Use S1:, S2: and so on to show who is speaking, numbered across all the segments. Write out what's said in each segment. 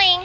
S1: 听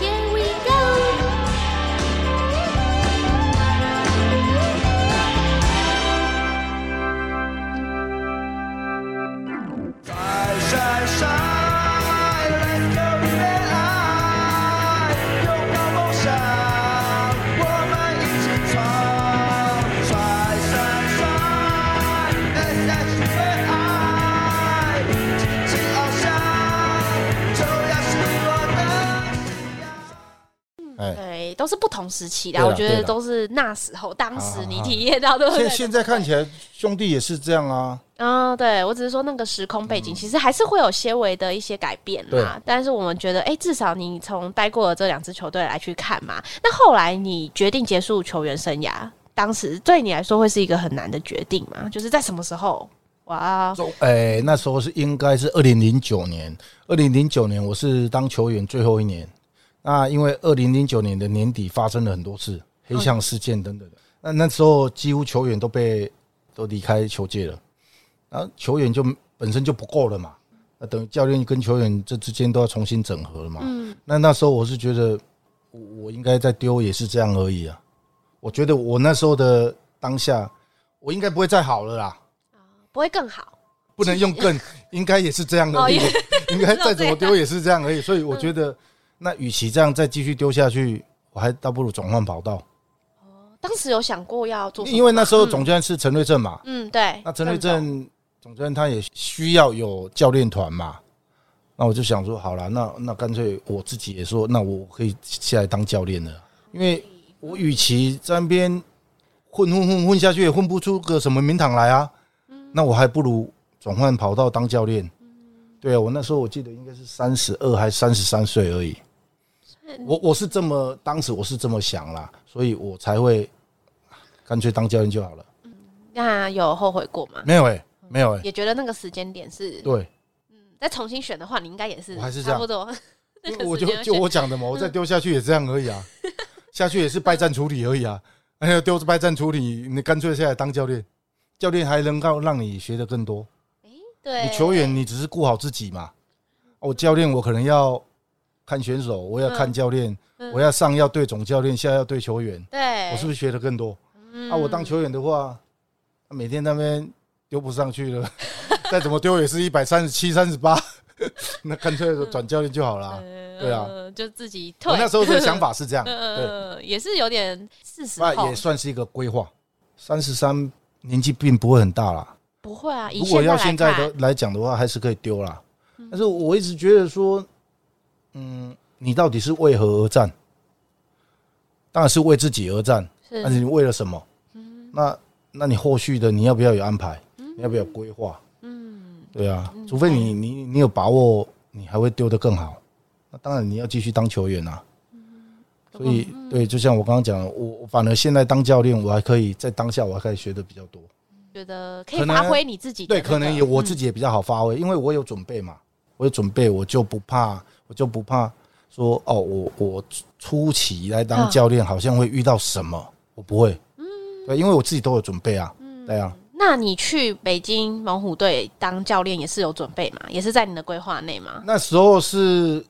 S2: ，Here we go！
S3: Shine, shine, let go你的爱，拥抱梦想，我们一起闯。Shine, shine, shine，留下是被爱，尽情翱翔，就要是我的信仰。
S4: 哎，
S2: 对，都是不同时期的，啊
S4: 对啦
S2: 我觉
S4: 对
S2: 得
S4: 啦
S2: 都是那时候当时
S4: 啊
S2: 你
S4: 啊
S2: 体验到的。
S4: 现现在看起来兄弟也是这样啊，
S2: 嗯，对我只是说那个时空背景，其实还是会有些微的一些改变
S4: 嗯对
S2: 啦。但是我们觉得，哎、至少你从待过的这两支球队来去看嘛。那后来你决定结束球员生涯，当时对你来说会是一个很难的决定吗？就是在什么时候？哇，
S4: 中哎，那时候是应该是二零零九年，二零零九年我是当球员最后一年。那因为二零零九年的年底发生了很多次黑象事件等等的，那那时候几乎球员都被都离开球界了，然后球员就本身就不够了嘛，那等于教练跟球员这之间都要重新整合了嘛。那那时候我是觉得我我应该再丢也是这样而已啊，我觉得我那时候的当下我应该不会再好了啦。
S2: 不会更好。
S4: 不能用更，应该也是这样而已
S2: 哦，
S4: 应该再怎么丢也是这样而已。所以我觉
S2: 嗯
S4: 得，那与其这样再继续丢下去，我还倒不如转换跑道。
S2: 当时有想过要做什么吗，
S4: 因为那时候总教练是陈瑞正嘛，
S2: 嗯，对，
S4: 那陈瑞
S2: 郑
S4: 正总
S2: 总
S4: 教练他也需要有教练团嘛。那我就想说，好了，那那干脆我自己也说，那我可以下来当教练了，因为我与其在那边混混混混下去，也混不出个什么名堂来啊，那我还不如转换跑道当教练。对啊，我那时候我记得应该是三十二还三十三岁而已，我我是这么当时我是这么想啦，所以我才会干脆当教练就好了。
S2: 那有后悔过吗？
S4: 没有哎、没有哎、
S2: 也觉得那个时间点 是
S4: 对。
S2: 再重新选的话，你应该也是
S4: 我还是这
S2: 差
S4: 样
S2: 不多。
S4: 因
S2: 可
S4: 为我
S2: 是
S4: 就
S2: 你要
S4: 就
S2: 选
S4: 我讲的嘛，我 再丢下去也这样而已啊，下去也是败战处理而已啊。哎呀，丢败战处理，你干脆下来当教练，教练还能够让你学的更多。
S2: 对，
S4: 你球员你只是顾好自己嘛，我教练我可能要看选手，我要看教练，
S2: 嗯
S4: 我要上要对总教练，下要对球员，
S2: 对，
S4: 我是不是学的更多？
S2: 嗯
S4: 啊，我当球员的话，每天那边丢不上去 了，再怎么丢也是一百三十七、三十八，那干脆转教练就好了。对啊
S2: 呃就自己退。
S4: 我那时候的想，法是这样，对。
S2: 呃，也是有点四十
S4: 那
S2: 后
S4: 也，算是一个规划。三十三年纪并不会很大啦，
S2: 不会啊。以
S4: 如果要
S2: 现
S4: 现在
S2: 来看嗯
S4: 的来讲的话，还是可以丢啦。但是我一直觉得说，嗯，你到底是为何而战？当然是为自己而战，
S2: 是
S4: 但是你嗯为了什么？那那你后续的你要不要有安排？你要不要有规划？嗯，对啊，除非你你你有把握，你还会丢得更好。那当然你要继续当球员啊。所以对，就像我刚刚讲的，我我反而现在当教练，我还可以在当下我还可以学的比较多。
S2: 觉得可以
S4: 可能
S2: 发挥你自己的嗯
S4: 对，
S2: 那个
S4: 可能也我自己也比较好发挥，因为我有准备嘛，我有准备，我就不怕，我就不怕说哦，我我初期来当
S2: 嗯
S4: 教练好像会遇到什么，我不会，对，因为我自己都有准备啊，
S2: 嗯
S4: 对啊，
S2: 那你去北京猛虎队当教练也是有准备嘛？也是在你的规划内嘛？
S4: 那时候是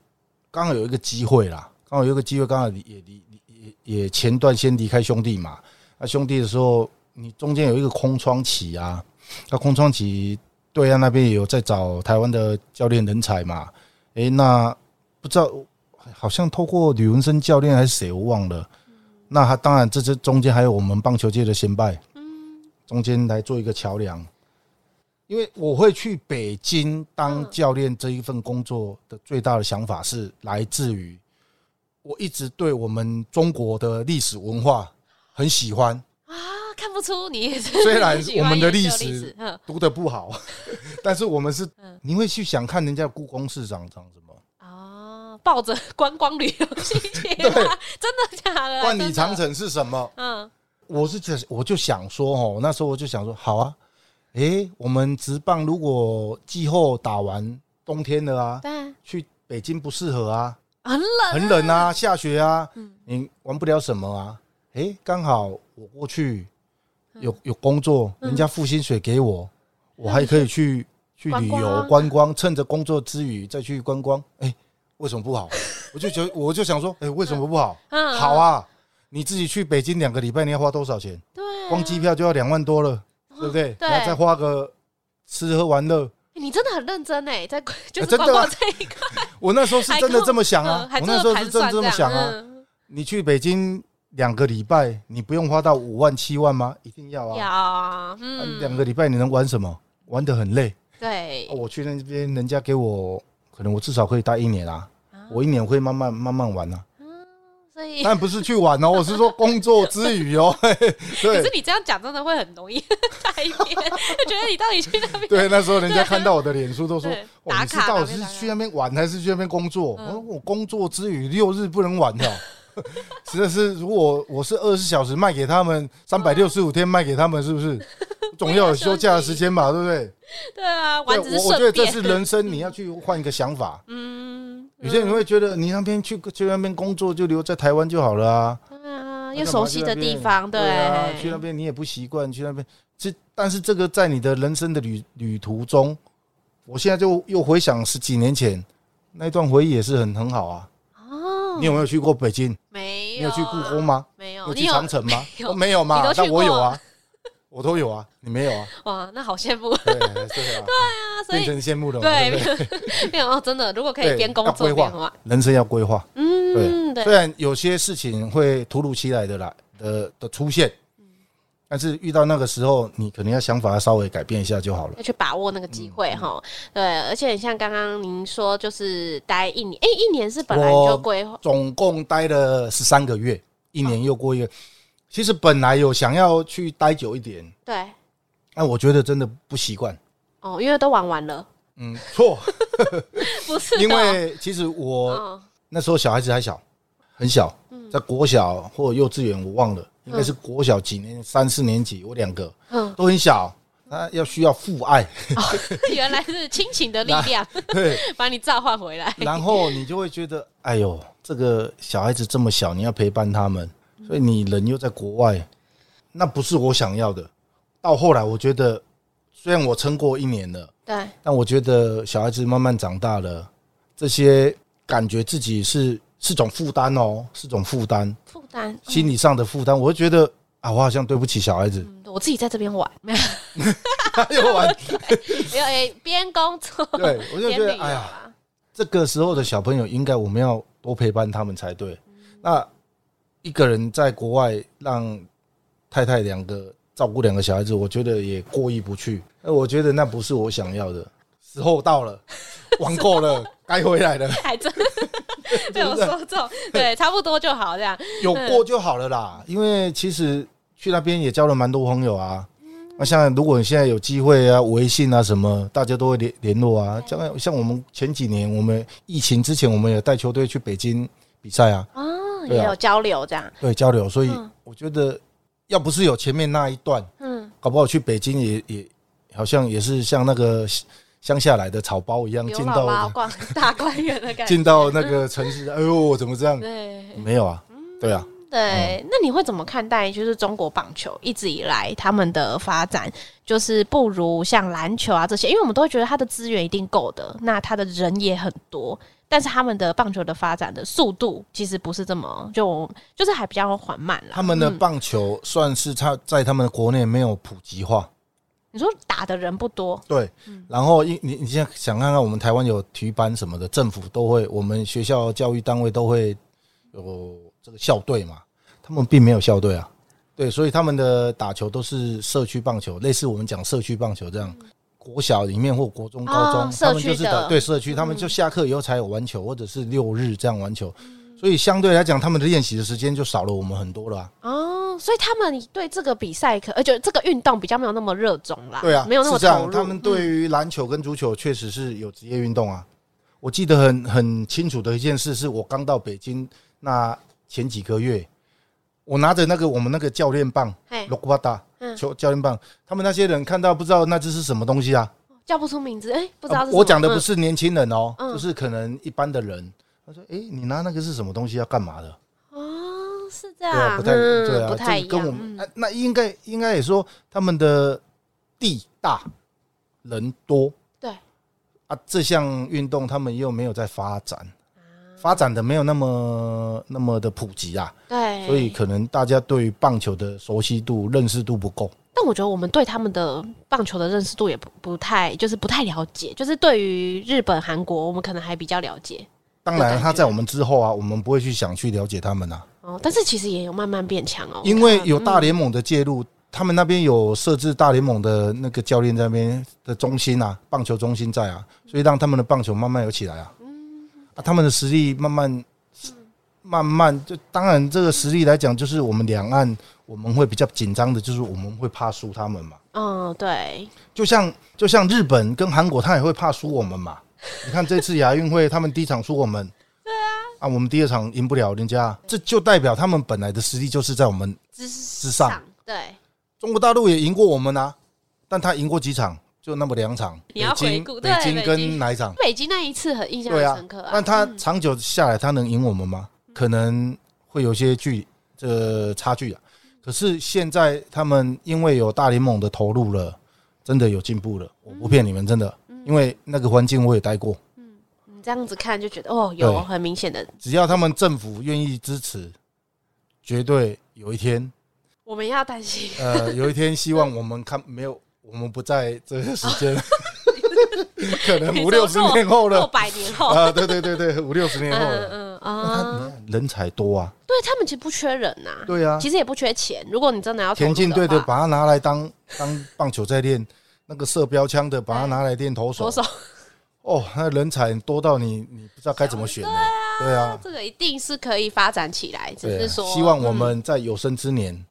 S4: 刚好有一个机会啦，刚好有一个机会，刚好也离也也也前段先离开兄弟嘛。那兄弟的时候，你中间有一个空窗期啊，那空窗期对岸那边也有在找台湾的教练人才嘛。诶、那不知道好像透过吕文生教练还是谁，我忘了。那他当然这这中间还有我们棒球界的先拜，中间来做一个桥梁。因为我会去北京
S2: 嗯
S4: 当教练这一份工作的最大的想法是来自于我一直对我们中国的历史文化很喜 欢，
S2: 啊，看不出你也是
S4: 虽然
S2: 喜欢
S4: 我们的
S2: 研究
S4: 历
S2: 历
S4: 史
S2: 嗯
S4: 读的不好， 但是我们是你会去想看人家故宫市长长什么，
S2: 哦，抱着观光旅游 心情啊，真的假的啊？
S4: 万
S2: 真
S4: 里
S2: 的
S4: 长，城是什么？
S2: 嗯，
S4: 我是觉得我就想说哦，那时候我就想说，好啊，诶，我们职棒如果季后打完冬天了啊，
S2: 当然
S4: 去北京不适合啊，
S2: 很冷，
S4: 很冷啊，下雪啊，
S2: 嗯
S4: 你玩不了什么啊。诶，刚好我过去
S2: 嗯
S4: 有有工作，人家付薪水给我，我还可以去去旅
S2: 观
S4: 游
S2: 光啊
S4: 观光，趁着工作之余再去观光。诶，为什么不 好？我就觉得我就想说，诶，为什么不好？
S2: 嗯
S4: 好，啊，你自己去北京两个礼拜，你要花多少钱？
S2: 对啊，
S4: 光机票就要两万多了，对不对？
S2: 哦对
S4: 然后再花个吃喝玩乐，
S2: 你真的很认真哎，在就是
S4: 真的
S2: 广播
S4: 啊
S2: 这一块，
S4: 我那时 候是真的这么想啊
S2: 嗯，还
S4: 我
S2: 真
S4: 那
S2: 的
S4: 时候
S2: 盘
S4: 是真的
S2: 算
S4: 这么
S2: 样
S4: 想啊。
S2: 嗯
S4: 你去北京两个礼拜，你不用花到五万七万吗？一定要啊！
S2: 要啊，
S4: 啊两、
S2: 嗯，
S4: 个礼拜你能玩什么？玩得很累。
S2: 对
S4: 哦、，我去那边，人家给我可能我至少可以待一年啊，我一年会慢慢慢慢玩啊。
S2: 所以
S4: 但不是去玩哦，我是说工作之余哦。嘿嘿
S2: 可是
S4: 对
S2: 你这样讲真的会很容易带偏， 就觉得你到底去那 边
S4: 对，那时候人家看到我的脸书都说
S2: 对：“
S4: 哇，
S2: 打
S4: 你是
S2: 卡
S4: 到底
S2: 打卡嗯
S4: 是
S2: 打卡
S4: 去那边玩还是去那边工作？”我说：“我工作之余六日不能玩的哦。” 实在是，如果我是二十小时卖给他们，三百六十五天卖给他们，是不 是？总要有休假的时间吧，对不对？
S2: 对啊，
S4: 对，
S2: 玩只是
S4: 我我觉得
S2: 顺
S4: 这
S2: 便，
S4: 是人生，你要去换一个想法。
S2: 嗯，
S4: 有些人会觉得，你那边去去那边工作，就留在台湾就好了啊。
S2: 啊，
S4: 那
S2: 又
S4: 干嘛
S2: 熟悉
S4: 去
S2: 的
S4: 那
S2: 地
S4: 边
S2: 方，
S4: 对啊，去那边你也不习惯，去那边这，但是这个在你的人生的旅旅途中，我现在就又回想十几年前那段回忆，也是很很好啊。
S2: 哦
S4: 你，有没有去过北京？
S2: 没
S4: 你
S2: 有
S4: 有去故
S2: 啊
S4: 宫？吗？
S2: 没
S4: 你
S2: 有，
S4: 有
S2: 你
S4: 去
S2: 有
S4: 长城吗？
S2: 有
S4: 哦没有嘛
S2: 你都，去
S4: 但我
S2: 过
S4: 有 啊，我都有啊，你没有啊？
S2: 哇，那好羡慕啊！
S4: 对 对啊，
S2: 所
S4: 变
S2: 以
S4: 成羡慕了嘛，对
S2: 对
S4: 不对？
S2: 没有哦，真的，如果可以
S4: 对
S2: 边工
S4: 要
S2: 作
S4: 规
S2: 边
S4: 划
S2: 玩，
S4: 人生要规划。
S2: 嗯，
S4: 虽
S2: 对，
S4: 然有些事情会突如其来的来的的出现，
S2: 嗯
S4: 但是遇到那个时候，你可能要想法稍微改变一下就好了。
S2: 要去把握那个
S4: 嗯
S2: 机会哈。对，而且像刚刚您说，就是待一年，哎，一年是本来
S4: 我
S2: 就规划，
S4: 总共待了十三个月，一年又过一个。其实本来有想要去待久一点，
S2: 对，
S4: 但我觉得真的不习惯。
S2: 哦，因为都玩完了，
S4: 嗯，错，
S2: 不是哦，
S4: 因为其实我
S2: 嗯
S4: 那时候小孩子还小，很小，在国小或幼稚园，我忘了，应该是国小几年，三四年级，我两个
S2: 嗯，
S4: 都很小，他要需要父爱，
S2: 原来是亲情的力量
S4: 对，
S2: 把你召唤 回来，
S4: 然后你就会觉得，哎呦，这个小孩子这么小，你要陪伴他们，所以你人又在国外，那不是我想要的。到后来，我觉得虽然我撑过一年了，
S2: 对，
S4: 但我觉得小孩子慢慢长大了，这些感觉自己是是种负担哦，是种负担，
S2: 负担，
S4: 心理上的负担。我就觉得啊，我好像对不起小孩子， 哎
S2: 嗯我自己在这边玩，没有，
S4: 又玩。
S2: 没有，哎，边工作，
S4: 对，我就
S2: 边
S4: 觉
S2: 旅
S4: 得
S2: 游
S4: 哎呀，
S2: 啊，
S4: 这个时候的小朋友，应该我们要多陪伴他们才对。
S2: 嗯
S4: 那一个人在国外让太太两个照顾两个小孩子，我觉得也过意不去。那我觉得那不是我想要的。时候到了， 玩够了，该回来 了，
S2: 还真被我说中，对，差不多就好这样，
S4: 有过就好了啦。因为其实去那边也交了蛮多朋友啊。那像如果你现在有机会啊，微信啊什么，大家都会联联络啊。像像我们前几年，我们疫情之前，我们也带球队去北京比赛啊。
S2: 哦，
S4: 对啊
S2: 也有交流这样，
S4: 对交流，所以
S2: 嗯
S4: 我觉得要不是有前面那一段，
S2: 嗯，
S4: 搞不好去北京也也好像也是像那个乡乡下来的草包一样，
S2: 刘
S4: 进
S2: 姥
S4: 到
S2: 姥逛 大观园的感觉，
S4: 进到那 个城市，哎呦，怎么这样？
S2: 对
S4: 没有啊，对啊，
S2: 对，那你会怎么看待就是中国棒球一直以来他们的发展，就是不如像篮球啊这些，因为我们都会觉得它的资源一定够的，那它的人也很多，但是他们的棒球的发展的速度其实不是这么就就是还比较缓慢啦。
S4: 他们的棒球算是他在他们的国内没有普及化，
S2: 你说打的人不多，
S4: 对。然后因你你现在想看看我们台湾有体育班什么的，政府都会，我们学校教育单位都会有这个校队嘛，他们并没有校队啊。对，所以他们的打球都是社区棒球，类似我们讲社区棒球这样，国小里面或国中、高中，
S2: 嗯哦
S4: 他
S2: 社
S4: 们
S2: 区
S4: 就是
S2: 的嗯
S4: 打对社区，他们就下课以后才有玩球，或者是六日这样玩球。
S2: 嗯
S4: 所以相对来讲，他们的练习的时间就少了我们很多了、啊。
S2: 哦，所以他们对这个比赛可，而且这个运动比较没有那么热衷啦，
S4: 对啊，
S2: 没有那么
S4: 是这
S2: 投
S4: 样。
S2: 入。嗯
S4: 他们对于篮球跟足球确实是有职业运动啊。我记得很很清楚的一件事，是我刚到北京那前几个月，我拿着那个我们那个教练棒
S2: 嘿，
S4: 罗巴达
S2: 嗯
S4: 球教练棒，他们那些人看到不知道那只是什么东西啊，啊
S2: 叫不出名字，哎、不知道是什么、
S4: 呃我讲的不
S2: 嗯
S4: 是年轻人哦，
S2: 嗯
S4: 就是可能一般的人。他说：“诶，你拿那个是什么东西？要干嘛的？”
S2: 哦，是这
S4: 对
S2: 样，
S4: 啊，不太
S2: 嗯
S4: 对啊，
S2: 不太
S4: 这
S2: 一
S4: 个跟我
S2: 样。
S4: 们
S2: 嗯
S4: 那那应该应该也说他们的地大人多
S2: 对
S4: 啊，这项运动他们又没有在发展，
S2: 啊
S4: 发展的没有那么那么的普及啊，
S2: 对，
S4: 所以可能大家对于棒球的熟悉度、认识度不够。
S2: 但我觉得我们对他们的棒球的认识度也不不太，就是不太了解。就是对于日本、韩国，我们可能还比较了解
S4: 当
S2: 有感
S4: 然，
S2: 觉
S4: 他在我们之后啊，我们不会去想去了解他们啊，
S2: 哦。但是其实也有慢慢变强哦，
S4: 因为有
S2: 嗯
S4: 大联盟的介入，他们那边有设置大联盟的那个教练在那边的中心啊，棒球中心在啊，所以让他们的棒球慢慢有起来啊，啊，他们的实力慢慢慢慢就，当然这个实力来讲，就是我们两岸我们会比较紧张的，就是我们会怕输他们嘛，
S2: 嗯，对，
S4: 就像就像日本跟韩国，他也会怕输我们嘛。你看这次亚运会，他们第一场输我们，对啊，啊，我们第二场赢不了人家，这就代表他们本来的实力就是在我们
S2: 之
S4: 之
S2: 之
S4: 上
S2: 对，
S4: 中国大陆也赢过我们啊，但他赢过几场，就那么两场。
S2: 你要
S4: 北京
S2: 回
S4: 北
S2: 顾对
S4: 京
S2: 北京
S4: 跟哪一场？
S2: 北京那一次很印象
S4: 对
S2: 很
S4: 啊
S2: 深刻，
S4: 但他
S2: 嗯
S4: 长久下来，他能赢我们吗？可能会有些距这、差距啊。可是现在他们因为有大联盟的投入了，真的有进步了，
S2: 嗯
S4: 我不骗你们，真的，因为那个环境我也待过。
S2: 你这样子看就觉得哦，有
S4: 对
S2: 很明显的，
S4: 只要他们政府愿意支持，绝对有一天，
S2: 我们要担心。
S4: 呃，有一天希望我们看没有，我们不在这个时 间，可能 五六十年后
S2: 过
S4: 了
S2: 百年后，
S4: 啊， 对对对对，五六十年后
S2: 嗯
S4: 了，
S2: 嗯
S4: 那他
S2: 啊，
S4: 你看人才多啊，
S2: 对他们其实不缺人呐，
S4: 对啊，
S2: 其实也不缺钱。如果你真的要投入
S4: 田径队
S2: 的
S4: 的
S2: 话
S4: 把它拿来当当棒球在练，那个射标枪的把它
S2: 对
S4: 拿来练投手
S2: 左，手
S4: 哦，那人才多到你你不知道该怎么选呢，对啊，
S2: 这个一定是可以发展起来，只
S4: 对
S2: 是
S4: 啊，
S2: 说、嗯
S4: 希 望我们在有生之年，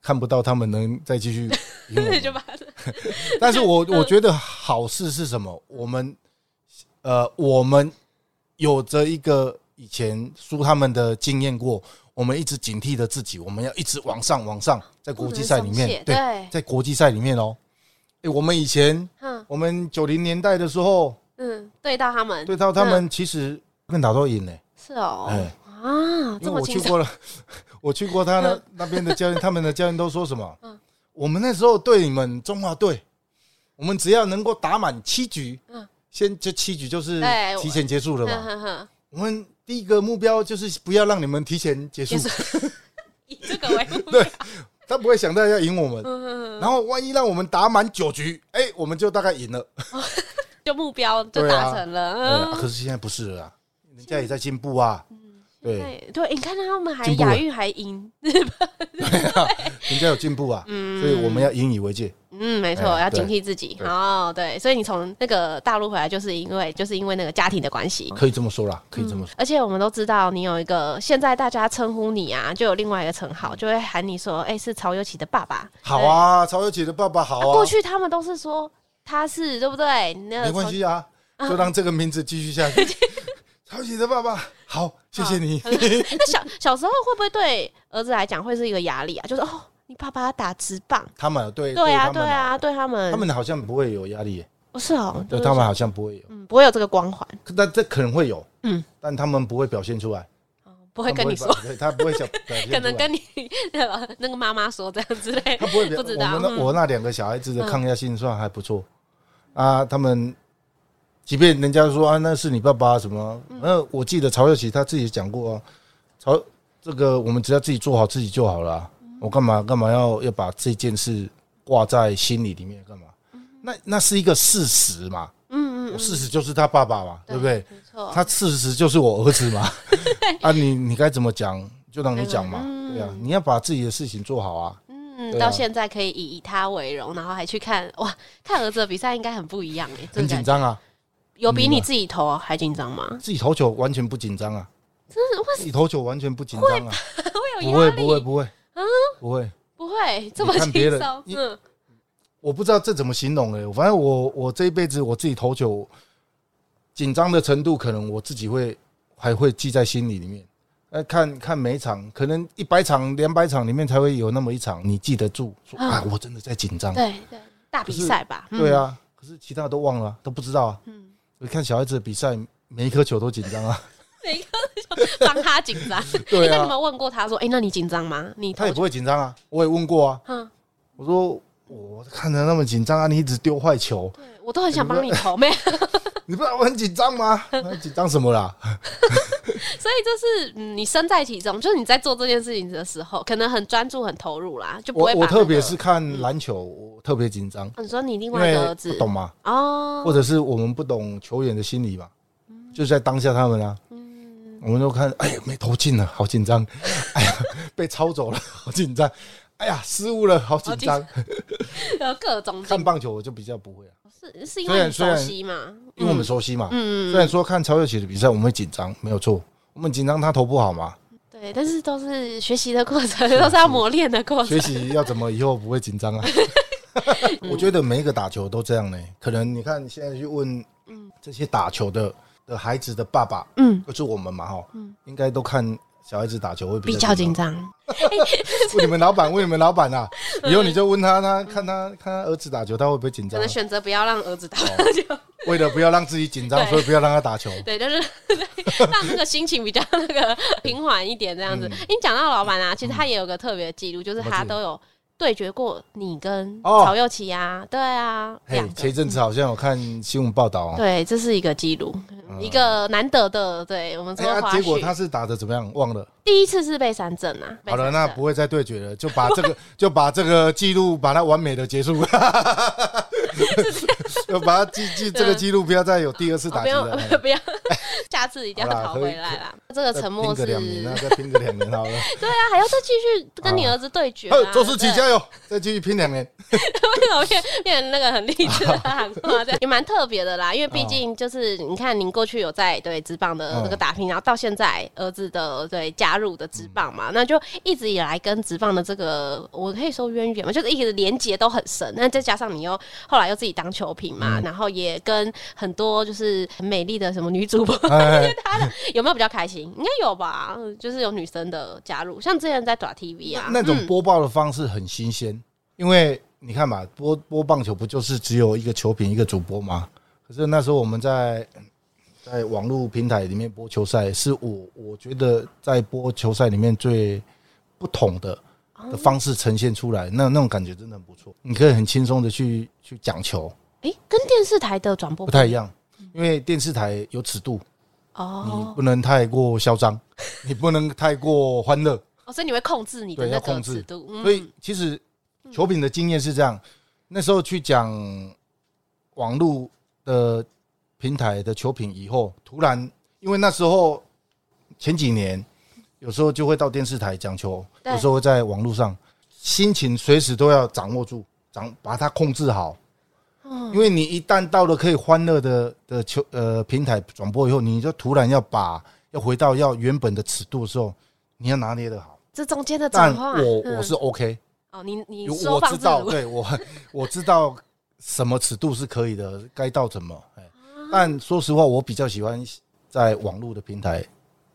S4: 看不到他们能再继续赢我
S2: 嗯
S4: 们
S2: 就把
S4: 但是我
S2: 呃
S4: 我觉得好事是什么？我们呃，我们有着一个以前输他们的经验过，我们一直警惕着自己，我们要一直往上往上，在国际赛里
S2: 不能松懈
S4: 面，
S2: 对
S4: 在国际赛里面哦。诶，我们以前
S2: 嗯
S4: 我们九零年代的时候，
S2: 嗯对到他们嗯
S4: 对到他们其实跟打都赢呢、
S2: 是哦、
S4: 哎
S2: 啊
S4: 因
S2: 这
S4: 为我
S2: 么
S4: 去
S2: 轻松嗯
S4: 过了， 我去过他那那边的教练，他们的教练都说什 么？我们那时候对你们中华队，我们只要能够打满七局，
S2: 嗯
S4: 先这七局就是
S2: 对
S4: 提前结束了
S2: 哼
S4: 嘛。
S2: 哼哼，
S4: 我们第一个目标就是不要让你们提前结束
S2: 结， 以这个为目标
S4: 对， 他不会想到要赢我们。
S2: 嗯哼哼
S4: 然后万一让我们打满九局，哎，我们就大概赢了。
S2: 就目标就
S4: 对啊
S2: 达 成了，
S4: 呃啊
S2: 嗯。
S4: 可是现在不是了啊，人家也在进步啊，对，
S2: 对对，你看他们还
S4: 进步了
S2: 亚运还赢，
S4: 人家有进步啊，所以我们要引以为戒。
S2: 嗯，没错，
S4: 哎
S2: 要
S4: 对
S2: 警惕自己
S4: 对
S2: 哦。对，所以你从那个大陆回来，就是因为就是因为那个家庭的关系，
S4: 可以这么说啦，可以这么说。
S2: 而且我们都知道，你有一个现在大家称呼你啊，就有另外一个称号，就会喊你说，哎、是曹尤奇的爸爸。
S4: 好啊，曹小姐的爸爸好
S2: 对、
S4: 啊，
S2: 过去他们都是说他是对不对？那
S4: 没关系啊，就让这个名字继续下 去。曹姐的爸爸好，谢谢你。
S2: 从。 那小小时候会不会对儿子来讲会是一个压力啊？就是哦，你爸爸打直棒，
S4: 他们对
S2: 对啊，
S4: 他
S2: 对
S4: 们啊，
S2: 啊，对他们，
S4: 他们好像不会有压力耶，
S2: 不是哦，
S4: 对
S2: 就是
S4: 他们好像不会有，
S2: 嗯不会有这个光环，
S4: 但这可能会有，
S2: 嗯
S4: 嗯，但他们不会表现出来，
S2: 不
S4: 不
S2: 会跟你说，，
S4: 对他不会想表现出
S2: 可
S4: 来，
S2: 能跟你呃那个妈妈说这样之类
S4: 他，不会表，
S2: 不知道嗯
S4: 我们那我那两个小孩子的抗压性算还不错啊，他们。即便人家说啊，那是你爸爸什么？
S2: 嗯
S4: 那我记得曹又奇他自己讲过啊，曹这个我们只要自己做好自己就好了啊、
S2: 嗯
S4: 我干嘛干嘛要要把这件事挂在心里里面干嘛？那那是一个事实嘛，
S2: 嗯嗯嗯，
S4: 事实就是他爸爸嘛，对不对？
S2: 没错，
S4: 他事实就是我儿子嘛， 啊你，你该怎么讲就让你讲嘛，对啊，你要把自己的事情做好啊，
S2: 嗯，
S4: 对啊
S2: 到现在可以以以他为荣，然后还去看哇，看儿子的比赛应该很不一样哎，这
S4: 很
S2: 个感
S4: 紧
S2: 觉
S4: 张啊，
S2: 有比你自己投还紧张吗？
S4: 自己投球完全不紧张啊，
S2: 真是为
S4: 自己投球完全不紧张啊，
S2: 会
S4: 不
S2: 有压
S4: 会
S2: 力？嗯
S4: 不会不会，不会，
S2: 不会这么
S4: 你看别
S2: 轻
S4: 人
S2: 松，
S4: 你
S2: 嗯，
S4: 我不知道这怎么形容哎、反正我我这一辈子我自己投球紧张的程度，可能我自己会还会记在心里里面。那看看每一场，可能一百场、两百场里面才会有那么一场你记得住，说
S2: 嗯
S4: 啊，我真的在紧张。
S2: 对对，大比赛吧，嗯
S4: 对，啊，可是其他的都忘了啊、都不知道啊。
S2: 嗯，
S4: 我看小孩子的比赛，每一颗球都紧张啊，
S2: 每一个都说帮他紧张。
S4: 对
S2: 那你
S4: 啊，
S2: 们问过他说：“哎、那你紧张吗？”你
S4: 他
S2: 投
S4: 也不会紧张啊。我也问过啊，
S2: 嗯，
S4: 我说我看着那么紧张啊，你一直丢坏球，
S2: 对我都很想
S4: 嗯
S2: 帮你投，没有。
S4: 你不知道我很紧张吗？那紧张什么啦？
S2: 所以就是、嗯、你身在其中，就是你在做这件事情的时候，可能很专注、很投入啦，就不
S4: 我
S2: 会把、
S4: 我特别是、看篮球，我特别紧张，
S2: 哦你说你另
S4: 因
S2: 外一
S4: 为
S2: 个儿
S4: 不
S2: 子
S4: 懂嘛，
S2: 哦，嗯
S4: 或者是我们不懂球员的心理嘛，就在当下他们啊，我们都看，哎呀没投进了，好紧 张，哎呀被抄走了，好紧张，哎呀失误了，好紧张。
S2: 呃各种
S4: 看棒球我就比较不会啊，
S2: 是是因
S4: 虽
S2: 为
S4: 然
S2: 你
S4: 虽
S2: 熟
S4: 然
S2: 悉嘛，
S4: 因为我们熟悉嘛。
S2: 嗯
S4: 虽然说看曹佑起的比赛我们会紧张，没有错，我们紧张他投不好嘛，
S2: 对，但是都是学习的过程，都哦是要磨练的过程
S4: 学。习要怎么以后不会紧 张啊？ 我觉得每一个打球都这样呢、可能你看现在去问，这些打球的的孩子的爸爸，
S2: 嗯，
S4: 就是我们嘛哈，应该都看小孩子打球会比
S2: 比较
S4: 较
S2: 紧
S4: 张。
S2: 张，
S4: 问你们老板， 问你们老板啊，以后你就问他，他看他看他儿子打球，他会不会紧
S2: 可
S4: 张啊
S2: 能？选择不要让儿子打，
S4: 哦
S2: 就
S4: 为了不要让自己紧张，
S2: 对
S4: 所以不要让他打球。
S2: 对，就是 让那个心情比较那个平缓一点这样子。你讲到老板啊，其实他也有个特别的记录，就是
S4: 嗯什么
S2: 他
S4: 记录
S2: 都有对决过你跟
S4: 哦
S2: 曹佑琪啊，对啊，
S4: 嘿
S2: 两，
S4: 前一
S2: 个。
S4: 阵子好像有看新闻报道哦，
S2: 对，这是一个记录，一个难得的。对我们
S4: 嗯哎
S2: 说
S4: 呀，
S2: 滑
S4: 结果
S2: 雪
S4: 他，是打的怎么样？忘了。
S2: 第一次是被三振啊。被
S4: 好了，
S2: 三
S4: 那
S2: 振
S4: 不会再对决 了，就把这个就把这个记录把它完美的结 束，就把它记记这个记录，不要再有第二次
S2: 啊哦
S4: 打
S2: 不
S4: 击
S2: 用
S4: 了。 哎
S2: 不用，下次一定要
S4: 好啦
S2: 讨
S4: 可以
S2: 回来啦。这个
S4: 再
S2: 沉
S4: 拼
S2: 默
S4: 个
S2: 是，
S4: 两年啊，
S2: 对
S4: 再拼个两年好了。
S2: 啊，还要再继续跟你
S4: 好
S2: 儿子对决啊
S4: 嘿，。周思齐
S2: 对
S4: 加油，再继续拼两年。
S2: 为什么变变成那个很励志的喊话？这样也蛮特别 的啦，因为毕竟就是你看，您过去有在对职棒的呃这个打拼，然后到现在儿子的对加入的职棒
S4: 嗯
S2: 嘛，那就一直以来跟职棒的这个我可以说渊源嘛，就是一直连结都很深。那再加上你又后来又自己当球评嘛，
S4: 嗯
S2: 然后也跟很多就是很美丽的什么女主播
S4: 哎，
S2: 有没有比较开心？应该有吧，嗯就是有女生的加入，像之前在打 TV 啊，
S4: 那种
S2: 嗯
S4: 播报的方式很新鲜，因为你看嘛，播播棒球不就是只有一个球评一个主播吗？可是那时候我们在在网络平台里面播球赛，是我我觉得在播球赛里面最不同的的方式呈现出来，那那种感觉真的很不错。你可以很轻松的去去讲球，
S2: 诶、跟电视台的转播
S4: 不太一样，因为电视台有尺度，你
S2: 哦
S4: 不能太过嚣张，你不能太过欢乐。
S2: 哦，所以你会控制你的
S4: 对
S2: 那
S4: 要
S2: 个
S4: 控制
S2: 尺度，嗯
S4: 所以其实球品的经验是这样，那时候去讲网络的平台的球品以后，突然因为那时候前几年有时候就会到电视台讲球，
S2: 对
S4: 有时候会在网络上，心情随时都要掌握住，掌把它控制好。
S2: 嗯
S4: 因为你一旦到了可以欢乐的的球呃平台转播以后，你就突然要把要回到要原本的尺度的时候，你要拿捏的好。
S2: 这中间的
S4: 但
S2: 转换，
S4: 我
S2: 嗯
S4: 我是 OK，
S2: 哦，你你
S4: 有
S2: 收
S4: 我
S2: 放
S4: 知
S2: 自
S4: 道，
S2: 如，
S4: 对我我知道什么尺度是可以的，该到怎么。
S2: 啊
S4: 哎但说实话，我比较喜欢在网络的平台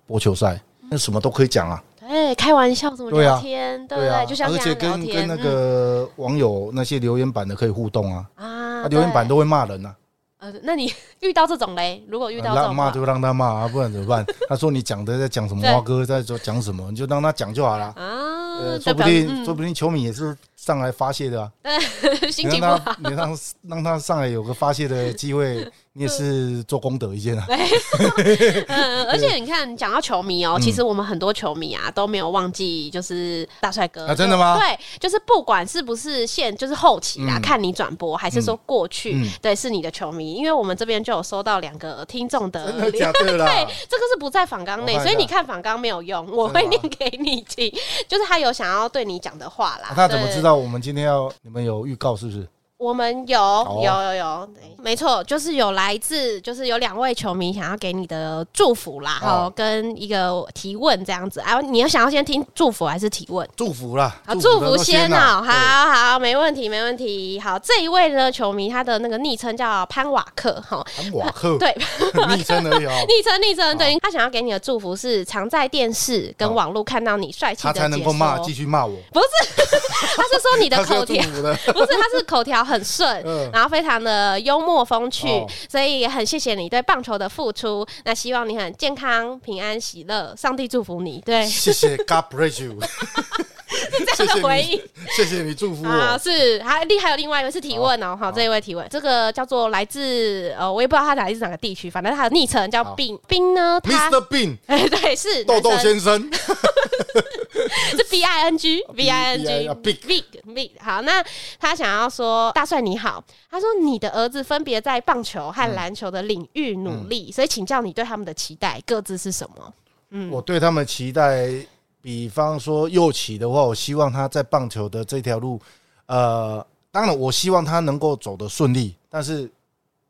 S4: 播球赛，那什么都可以讲啊，
S2: 哎，开玩笑怎么
S4: 对啊
S2: 聊天，对不
S4: 啊
S2: 对？就像
S4: 而且
S2: 现在聊
S4: 跟
S2: 天，
S4: 跟那个网友那些留言板的可以互动啊，
S2: 嗯
S4: 啊
S2: 啊，
S4: 留言板
S2: 对
S4: 都会骂人啊，
S2: 呃，那你 遇到这种嘞，如果遇到这
S4: 让
S2: 种
S4: 骂
S2: 话
S4: 就让他骂啊，不然怎么办？他说你讲的在讲什么
S2: 对
S4: 花哥在说讲什么，你就让他讲就好了。
S2: 啊，
S4: 呃，
S2: 就
S4: 说不
S2: 表示
S4: 定
S2: 嗯
S4: 说不定球迷也是上来发泄的啊。
S2: 心
S4: 你
S2: 情不
S4: 让
S2: 好
S4: 他，，你让他让他上来有个发泄的机会，你也是做功德一件啊。
S2: 嗯，而且你看，讲到球迷哦、其
S4: 嗯
S2: 实我们很多球迷啊都没有忘记，就是大帅哥
S4: 啊真的吗
S2: 对，就是不管是不是现，就是后期啦，
S4: 嗯
S2: 看你转播，还是说过去，
S4: 嗯
S2: 对，是你的球迷，因为我们这边就有收到两个听众的
S4: 真的
S2: 留言
S4: 假的啦？
S2: 对，这个是不在访纲内
S4: 我，看一下
S2: 所以你看访纲没有用，我会念给你听， 就是他有想要对你讲的话啦。
S4: 啊他怎么
S2: 对
S4: 知？道我们今天要？你们有预告是不是？
S2: 我们有
S4: 哦
S2: 有有有，没错，就是有来自，就是有两位球迷想要给你的祝福啦，哈、
S4: 哦
S2: 跟一个提问这样子。啊，你要想要先听祝福还是提问？
S4: 祝福啦，
S2: 好，祝
S4: 祝
S2: 福先
S4: 啊
S2: 哦，！好好，没问题，没问题。好，这一位呢，球迷他的那个昵称叫潘瓦克，哈，
S4: 对，瓦克
S2: 对，
S4: 昵称而已 哦，
S2: 昵称昵称，对他想要给你的祝福是常在电视跟网络看到你帅气
S4: 他
S2: 的解
S4: 才
S2: 说，
S4: 能够骂，继续骂我。
S2: 不是，他是说你的
S4: 他是
S2: 口
S4: 要祝
S2: 条，
S4: 福的，
S2: 不是，他是口条很顺，
S4: 嗯
S2: 然后非常的幽默风趣，
S4: 哦
S2: 所以也很谢谢你对棒球的付出。那希望你很健康、平安、喜乐，上帝祝福 你。对，
S4: 谢谢 God bless you，
S2: 这样的 回应。
S4: 谢谢你祝福
S2: 啊，
S4: 我。
S2: 是还另还有另外一位是提问哦，好，这一位提问，这个叫做来自呃，我也不知道他来自哪个地区，反正他的昵称叫
S4: 好
S2: 冰冰呢，他
S4: Mr. Bean，
S2: 哎 对是
S4: 豆豆
S2: 男生
S4: 先生，
S2: 是 B I N G B I N G
S4: 啊，big
S2: big big 好，那他想要说大帅你好，他说你的儿子分别在棒球和篮球的领域努
S4: 嗯
S2: 力，所以请教你对他们的期待各自是什么？
S4: 我对他们期待，比方说右起的话，我希望他在棒球的这条路，呃，当然我希望他能够走得顺利，但是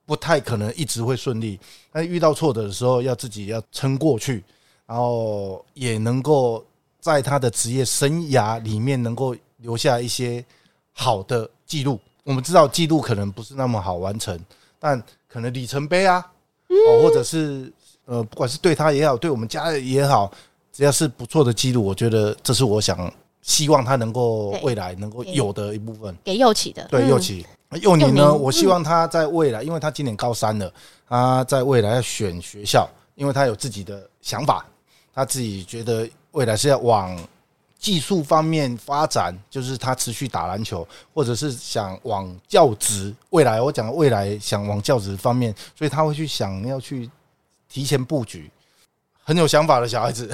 S4: 不太可能一直会顺利。但是遇到挫折的时候，要自己要撑过去，然后也能够在他的职业生涯里面能够留下一些好的记录。我们知道记录可能不是那么好完成，但可能里程碑啊，
S2: 嗯
S4: 哦，或者是呃，不管是对他也好，对我们家也好，只要是不错的记录，我觉得这是我想希望他能够
S2: 对
S4: 未来能够有的一部分。
S2: 给右起的，
S4: 对，
S2: 嗯
S4: 右起幼宁
S2: 幼
S4: 呢，嗯
S2: 宁
S4: 我希望他在未来，因为他今年高三了，他在未来要选学校，因为他有自己的想法，他自己觉得未来是要往技术方面发展，就是他持续打篮球，或者是想往教职。未来我讲未来想往教职方面，所以他会去想要去提前布局。很有想法的小孩 子，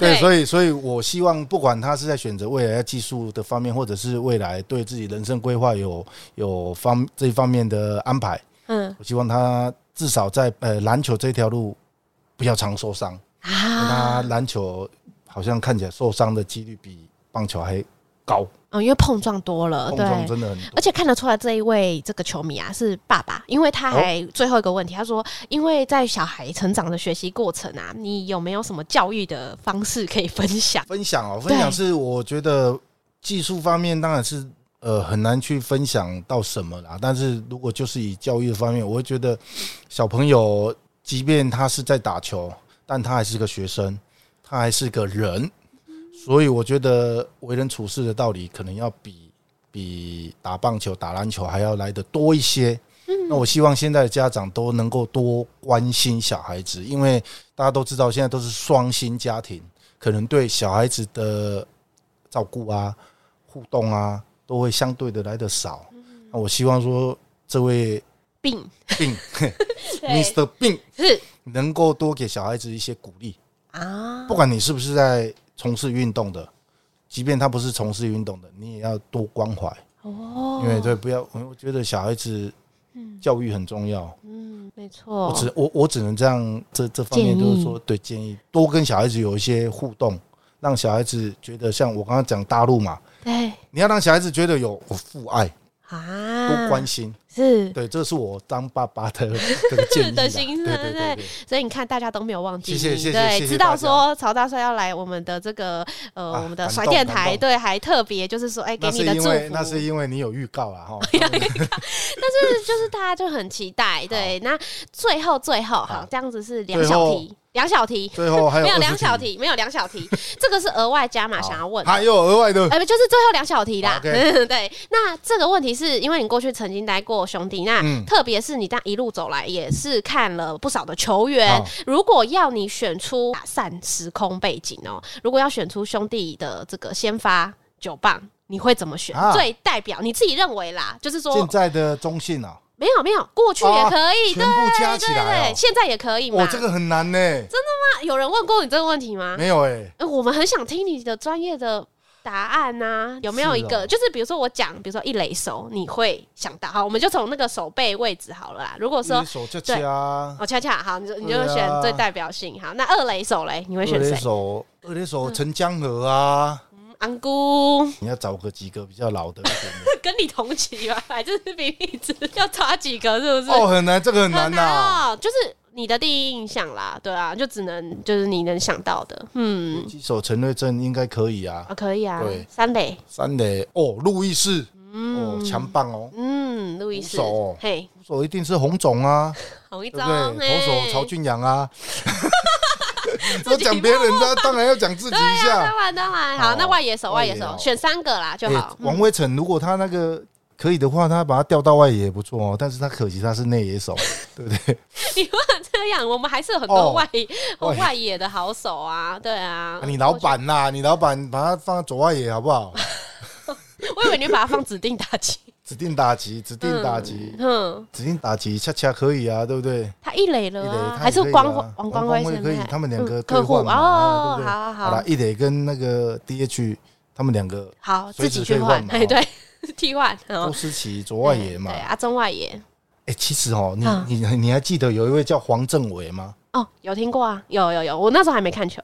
S4: 对，
S2: 对
S4: 所以所以我希望，不管他是在选择未来技术的方面，或者是未来对自己人生规划有有方这一方面的安排，
S2: 嗯
S4: 我希望他至少在呃篮球这条路不要常受伤。
S2: 啊
S4: 他，篮球好像看起来受伤的几率比棒球还高，
S2: 哦，因为碰撞多了，
S4: 碰
S2: 哦对，
S4: 撞真的很
S2: 而
S4: 多。
S2: 且看得出来，这一位这个球迷啊是爸爸，因为他还
S4: 哦
S2: 最后一个问题，他说，因为在小孩成长的学习过程啊，你有没有什么教育的方式可以分享？
S4: 分享哦，分享是我觉得技术方面当然是呃很难去分享到什么啦，但是如果就是以教育的方面，我会觉得小朋友即便他是在打球，但他还是个学生，他还是个人，所以我觉得为人处事的道理可能要比比打棒球、打篮球还要来的多一些。那我希望现在的家长都能够多关心小孩子，因为大家都知道现在都是双薪家庭，可能对小孩子的照顾啊、互动啊，都会相对的来的少。那我希望说，这位
S2: 病
S4: 病 Mr. 病
S2: 是
S4: 能够多给小孩子一些鼓励，
S2: 啊，
S4: 不管你是不是在从事运动的，即便他不是从事运动的，你也要多关怀，
S2: 哦，
S4: 因为对，不要，我觉得小孩子教育很重要。
S2: 嗯，没
S4: 我
S2: 错，
S4: 只我我只能这样，这这方面
S2: 建议
S4: 就是说，对建议多跟小孩子有一些互动，让小孩子觉得像我刚刚讲大陆嘛，
S2: 对
S4: 你要让小孩子觉得有父爱，
S2: 啊，
S4: 多关心，
S2: 是。
S4: 对，这是我当爸爸的 这个建议啦
S2: 的心声
S4: 对对
S2: 对
S4: 对对，
S2: 所以你看，大家都没有忘记你，
S4: 谢谢谢谢
S2: 对，
S4: 谢谢
S2: 知
S4: 大家
S2: 道说曹大帅要来我们的这个呃、
S4: 啊
S2: 我们的
S4: 感
S2: 甩
S4: 动
S2: 电
S4: 感
S2: 台，
S4: 动
S2: 对，还特别就是说，哎、给
S4: 那
S2: 你
S4: 是
S2: 的
S4: 因
S2: 祝福哎
S4: 为，那是因为你有预告啊 哈，
S2: 就是就是大家就很期待，对。那最后最后好，这样子是两小题，两小题
S4: 最后还有
S2: 没有
S4: 20
S2: 两小，题，没有两小题，这个是额外加码
S4: 好
S2: 想要问的。
S4: 还有额外 的
S2: 哎、就是最后两小题啦。
S4: OK
S2: 对，那这个问题是因为你过去曾经待过兄弟，那
S4: 嗯
S2: 特别是你这样一路走来，也是看了不少的球员
S4: 好。
S2: 如果要你选出打散时空背景哦、如果要选出兄弟的这个先发九棒，你会怎么选？
S4: 啊
S2: 最代表你自己认为啦，就是说
S4: 现在的中信啊，
S2: 没有没有，过去也可以，
S4: 全部加起
S2: 对
S4: 来
S2: 对，
S4: 哦，
S2: 现在也可以嘛。
S4: 我这个很难呢，
S2: 那有人问过你这个问题吗？
S4: 没有哎，
S2: 呃我们很想听你的专业的答案呐、有没有一
S4: 是
S2: 个？
S4: 哦
S2: 就是比如说我讲，比如说一垒手，你会想到好，我们就从那个手背位置好了啦。如果说
S4: 一手就啊
S2: 对
S4: 加。
S2: 哦，恰恰好，你就你就
S4: 对啊
S2: 选最代表性。好，那二垒手嘞，你会
S4: 二
S2: 选
S4: 垒
S2: 谁？
S4: 手，二垒手陈江河啊，
S2: 嗯安姑
S4: 你要找个几个比较老的一点的。
S2: 跟你同级吧，反正是比你只要差几个，是不是？
S4: 哦，很难，这个很难
S2: 很
S4: 呐、
S2: 难哦，就是你的第一印象啦，对啊，就只能就是你能想到的，嗯，
S4: 击手陈瑞正应该可以啊
S2: 啊，，可以啊
S4: 对，
S2: 三垒，
S4: 三垒哦，路易士哦，强棒哦，
S2: 嗯，路易斯
S4: 投手哦，
S2: 嘿，
S4: 投手一定是洪总啊，
S2: 同一
S4: 对
S2: 招，哦
S4: 不对？投手
S2: 嘿
S4: 曹俊阳 啊，都
S2: 己
S4: 讲别人的，当然要讲自己一
S2: 对啊，
S4: 下。
S2: 当然当然，好，
S4: 好哦
S2: 那外野手外野
S4: 外野
S2: 手
S4: 哦
S2: 选三个啦就
S4: 哎
S2: 好，
S4: 王威成如果他那个可以的话，他把他调到外野也不错哦。但是他可惜他是内野手，
S2: 嗯
S4: 对不对？
S2: 你不能这样，我们还是有很
S4: 哦
S2: 多外、
S4: 外野
S2: 外野的好手啊，对啊。
S4: 啊你老板呐，你老板把他放在左外野好不好？
S2: 我觉得，我以为你把它放指定打 击。
S4: 指定打击，指定打击，
S2: 嗯，
S4: 指定打击，恰恰可以啊，对不对？
S2: 他一垒
S4: 一
S2: 了
S4: 垒
S2: 啊，
S4: 他
S2: 还
S4: 也
S2: 是
S4: 可以
S2: 光
S4: 啊
S2: 王
S4: 光
S2: 光辉
S4: 辉
S2: 现
S4: 可以
S2: 在，
S4: 他们两个
S2: 嗯
S4: 兑
S2: 客户
S4: 换嘛，啊
S2: 哦
S4: 对，不对
S2: 好好
S4: 好
S2: 好
S4: 啦，，一垒跟那个 DH 他们两个
S2: 好
S4: 随
S2: 自
S4: 时
S2: 己
S4: 可
S2: 去
S4: 以换
S2: 换，
S4: 嘛哦
S2: 哎对， 替换，
S4: 都
S2: 嗯
S4: 是骑左外野嘛
S2: 对。啊，中外野
S4: 哎，其实哦，
S2: 嗯
S4: 你你你还记得有一位叫黄政伟吗？
S2: 哦，有听过啊，有有有，我那时候还没看球，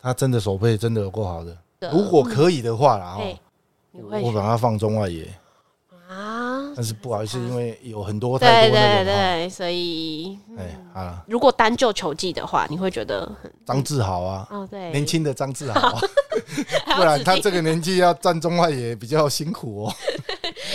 S4: 他真的手背真的有够好的，
S2: 的
S4: 如果可以的话啦，哦
S2: 哎，，你嗯会
S4: 我把他放中外野，
S2: 啊？
S4: 但是不好意思，
S2: 他
S4: 因为有很多太
S2: 对
S4: 多那
S2: 对
S4: 个哦，
S2: 对，所以
S4: 哎，好啦，
S2: 如果单就球技的话，你会觉得很
S4: 张志豪啊，
S2: 哦对，
S4: 年轻的张志豪啊，
S2: 还 要
S4: 不然他
S2: 指定
S4: 这个年纪要站中外野比较辛苦哦。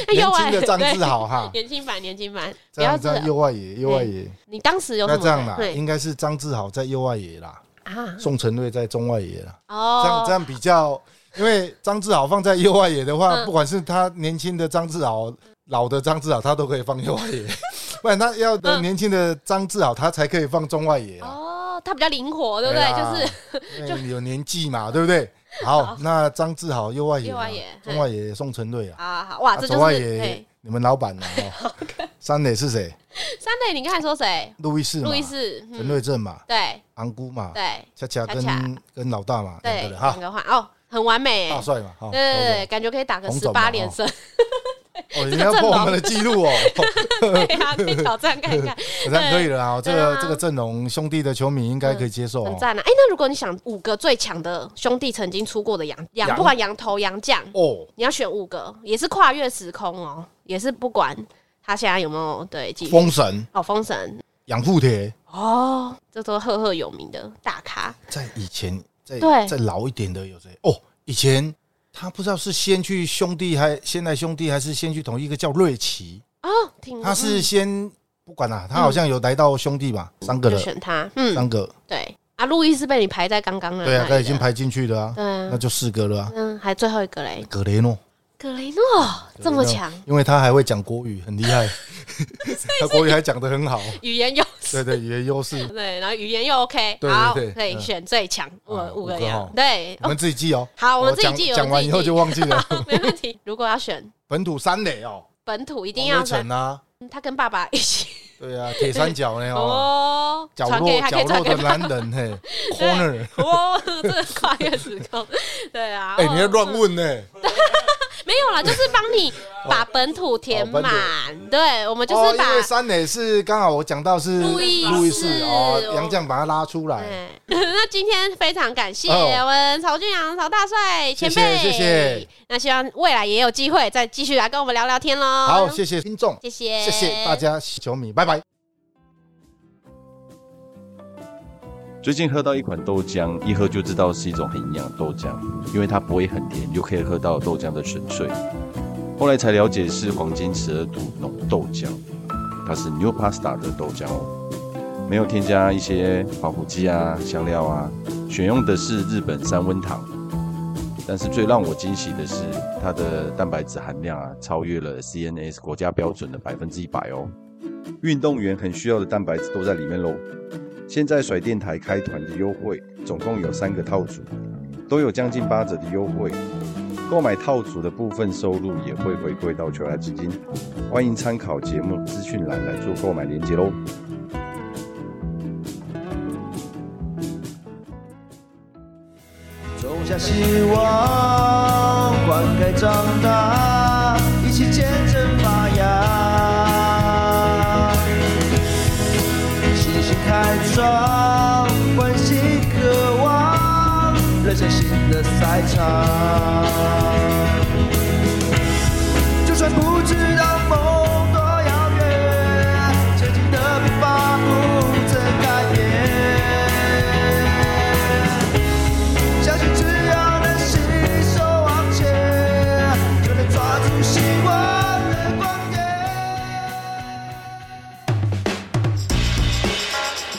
S2: 哎
S4: 年
S2: 右外
S4: 轻的张志
S2: 对
S4: 豪哈，
S2: 年轻版，年轻版，不
S4: 这
S2: 要
S4: 样
S2: 这
S4: 这样右外野，右外野。
S2: 你当时有什
S4: 那
S2: 么？
S4: 这样啦，
S2: 对
S4: 应该是张志豪在右外野啦，
S2: 啊，
S4: 宋承瑞在中外野啦。
S2: 哦，
S4: 这样这样比较，因为张志豪放在右外野的话，
S2: 嗯
S4: 不管是他年轻的张志豪、老的张志豪，他都可以放右外 野。不然他要的
S2: 嗯
S4: 年轻的张志豪，他才可以放中外野啊，
S2: 哦，他比较灵活，对不对？就是
S4: 是就是有年纪嘛，对不对？好，那张志豪右外野
S2: 右
S4: 啊
S2: 外野，
S4: 中外野宋承瑞啊，
S2: 啊，好哇，
S4: 啊
S2: 这
S4: 左
S2: 就
S4: 外
S2: 是
S4: 野
S2: 对。
S4: 你们老板呢？ 哦三垒是谁？
S2: 三垒，你刚才说谁？
S4: 路易斯嘛，
S2: 路易斯，嗯
S4: 陈瑞啊正嘛，
S2: 对
S4: 昂姑嘛，
S2: 对
S4: 恰恰
S2: 恰恰
S4: 跟跟老大嘛，两个
S2: 对，
S4: 人
S2: 两
S4: 哈，
S2: 个换哦，很完美
S4: 大
S2: 欸，
S4: 帅嘛，哈
S2: 对对
S4: ，OK
S2: 对，感觉可以打个
S4: 红
S2: 十
S4: 总嘛
S2: 八连胜，
S4: 哦，你
S2: 个
S4: 要
S2: 阵
S4: 破我
S2: 容
S4: 们的记录 哦，
S2: 对啊，可以挑战看 看，
S4: 好像可以了啊。这
S2: 对
S4: 个
S2: 啊
S4: 这个阵容，兄弟的球迷应该可以接受
S2: 很
S4: 哦。
S2: 赞啊！哎，那如果你想五个最强的兄弟曾经出过的洋洋，
S4: 洋
S2: 不管洋头洋将，
S4: 哦，
S2: 你要选五个，也是跨越时空哦，也是不管他现在有没有对继续
S4: 封神、
S2: 哦封神
S4: 养父铁，
S2: 哦，这都赫赫有名的大咖
S4: 在以前，在
S2: 对
S4: 再老一点的有谁？哦，以前他不知道是先去兄弟还先来兄弟，还是先去同一个叫瑞奇，
S2: 哦，听
S4: 他是先不管啦，他好像有来到兄弟吧，三个
S2: 就
S4: 人，
S2: 选他，嗯，
S4: 三个，
S2: 对啊，路易斯被你排在刚嗯刚那，
S4: 对啊，他已经，排进去了啊，
S2: 对
S4: 那
S2: 啊，
S4: 就四个了啊。哦
S2: 嗯，还最后一个嘞，
S4: 格雷诺
S2: 格雷诺这么强，
S4: 因为他还会讲国语，很厉 害，他国语还讲得很好，
S2: 语言又
S4: 对对，语言优势。
S2: 对，然后语言又 OK，
S4: 对对
S2: 好，
S4: 对
S2: 可以
S4: 嗯
S2: 选最强五
S4: 啊
S2: 五
S4: 五个
S2: 个呀
S4: 哦，
S2: 对，
S4: 我
S2: 哦
S4: 们自己记哦。
S2: 好，我们自己
S4: 讲
S2: 记，我
S4: 讲
S2: 们
S4: 完
S2: 自己
S4: 以后
S2: 记
S4: 就忘记了。
S2: 好，没问题。如果要选
S4: 本土三垒哦，
S2: 本土，一
S4: 一
S2: 定要选嗯
S4: 城啊，
S2: 他跟爸爸一起
S4: 对啊，铁三角呢哦，
S2: 哦，
S4: 角
S2: 传给
S4: 落
S2: 还可
S4: 角
S2: 以传
S4: 落
S2: 给
S4: 的
S2: 爸
S4: 男人嘿，corner，
S2: 哇，这个跨越时空，对啊，
S4: 哎，你要
S2: 哦
S4: 乱问呢，
S2: 没有啦，就是帮你把本土填满，对，我们就
S4: 哦，
S2: 是
S4: 因为
S2: 把。
S4: 三垒是刚好我讲到是
S2: 路易斯
S4: 路易斯哦，
S2: 哦
S4: 杨绛把他拉出来，
S2: 哎 那今天非常感谢
S4: 哦
S2: 我们曹俊阳、曹大帅
S4: 谢
S2: 前
S4: 谢
S2: 辈，
S4: 谢谢。
S2: 那希望未来也有机会再继续来跟我们聊聊天喽。
S4: 好，谢谢听众，
S2: 谢谢，
S4: 谢谢大。家球迷，拜拜。
S5: 最近喝到一款豆浆，一喝就知道是一种很营养的豆浆，因为它不会很甜，就可以喝到豆浆的纯粹。后来才了解是黄金十二度浓豆浆，它是 New Pasta 的豆浆哦，没有添加一些防腐剂啊、香料啊，选用的是日本三温糖。但是最让我惊喜的是，它的蛋白质含量啊，超越了 CNS 国家标准的百分之一百哦。运动员很需要的蛋白质都在里面喽。现在甩电台开团的优惠，总共有三个套组，都有将近八折的优惠。购买套组的部分收入也会回馈到球来基金，欢迎参考节目资讯栏来做购买链接喽。
S3: 种下希望，灌溉长大，一起见证发芽。信心开创，关心渴望，人生新的赛场。就算不知道梦多遥远，前进的步伐不曾改变。相信只要能携手往前，就能抓住希望的光点。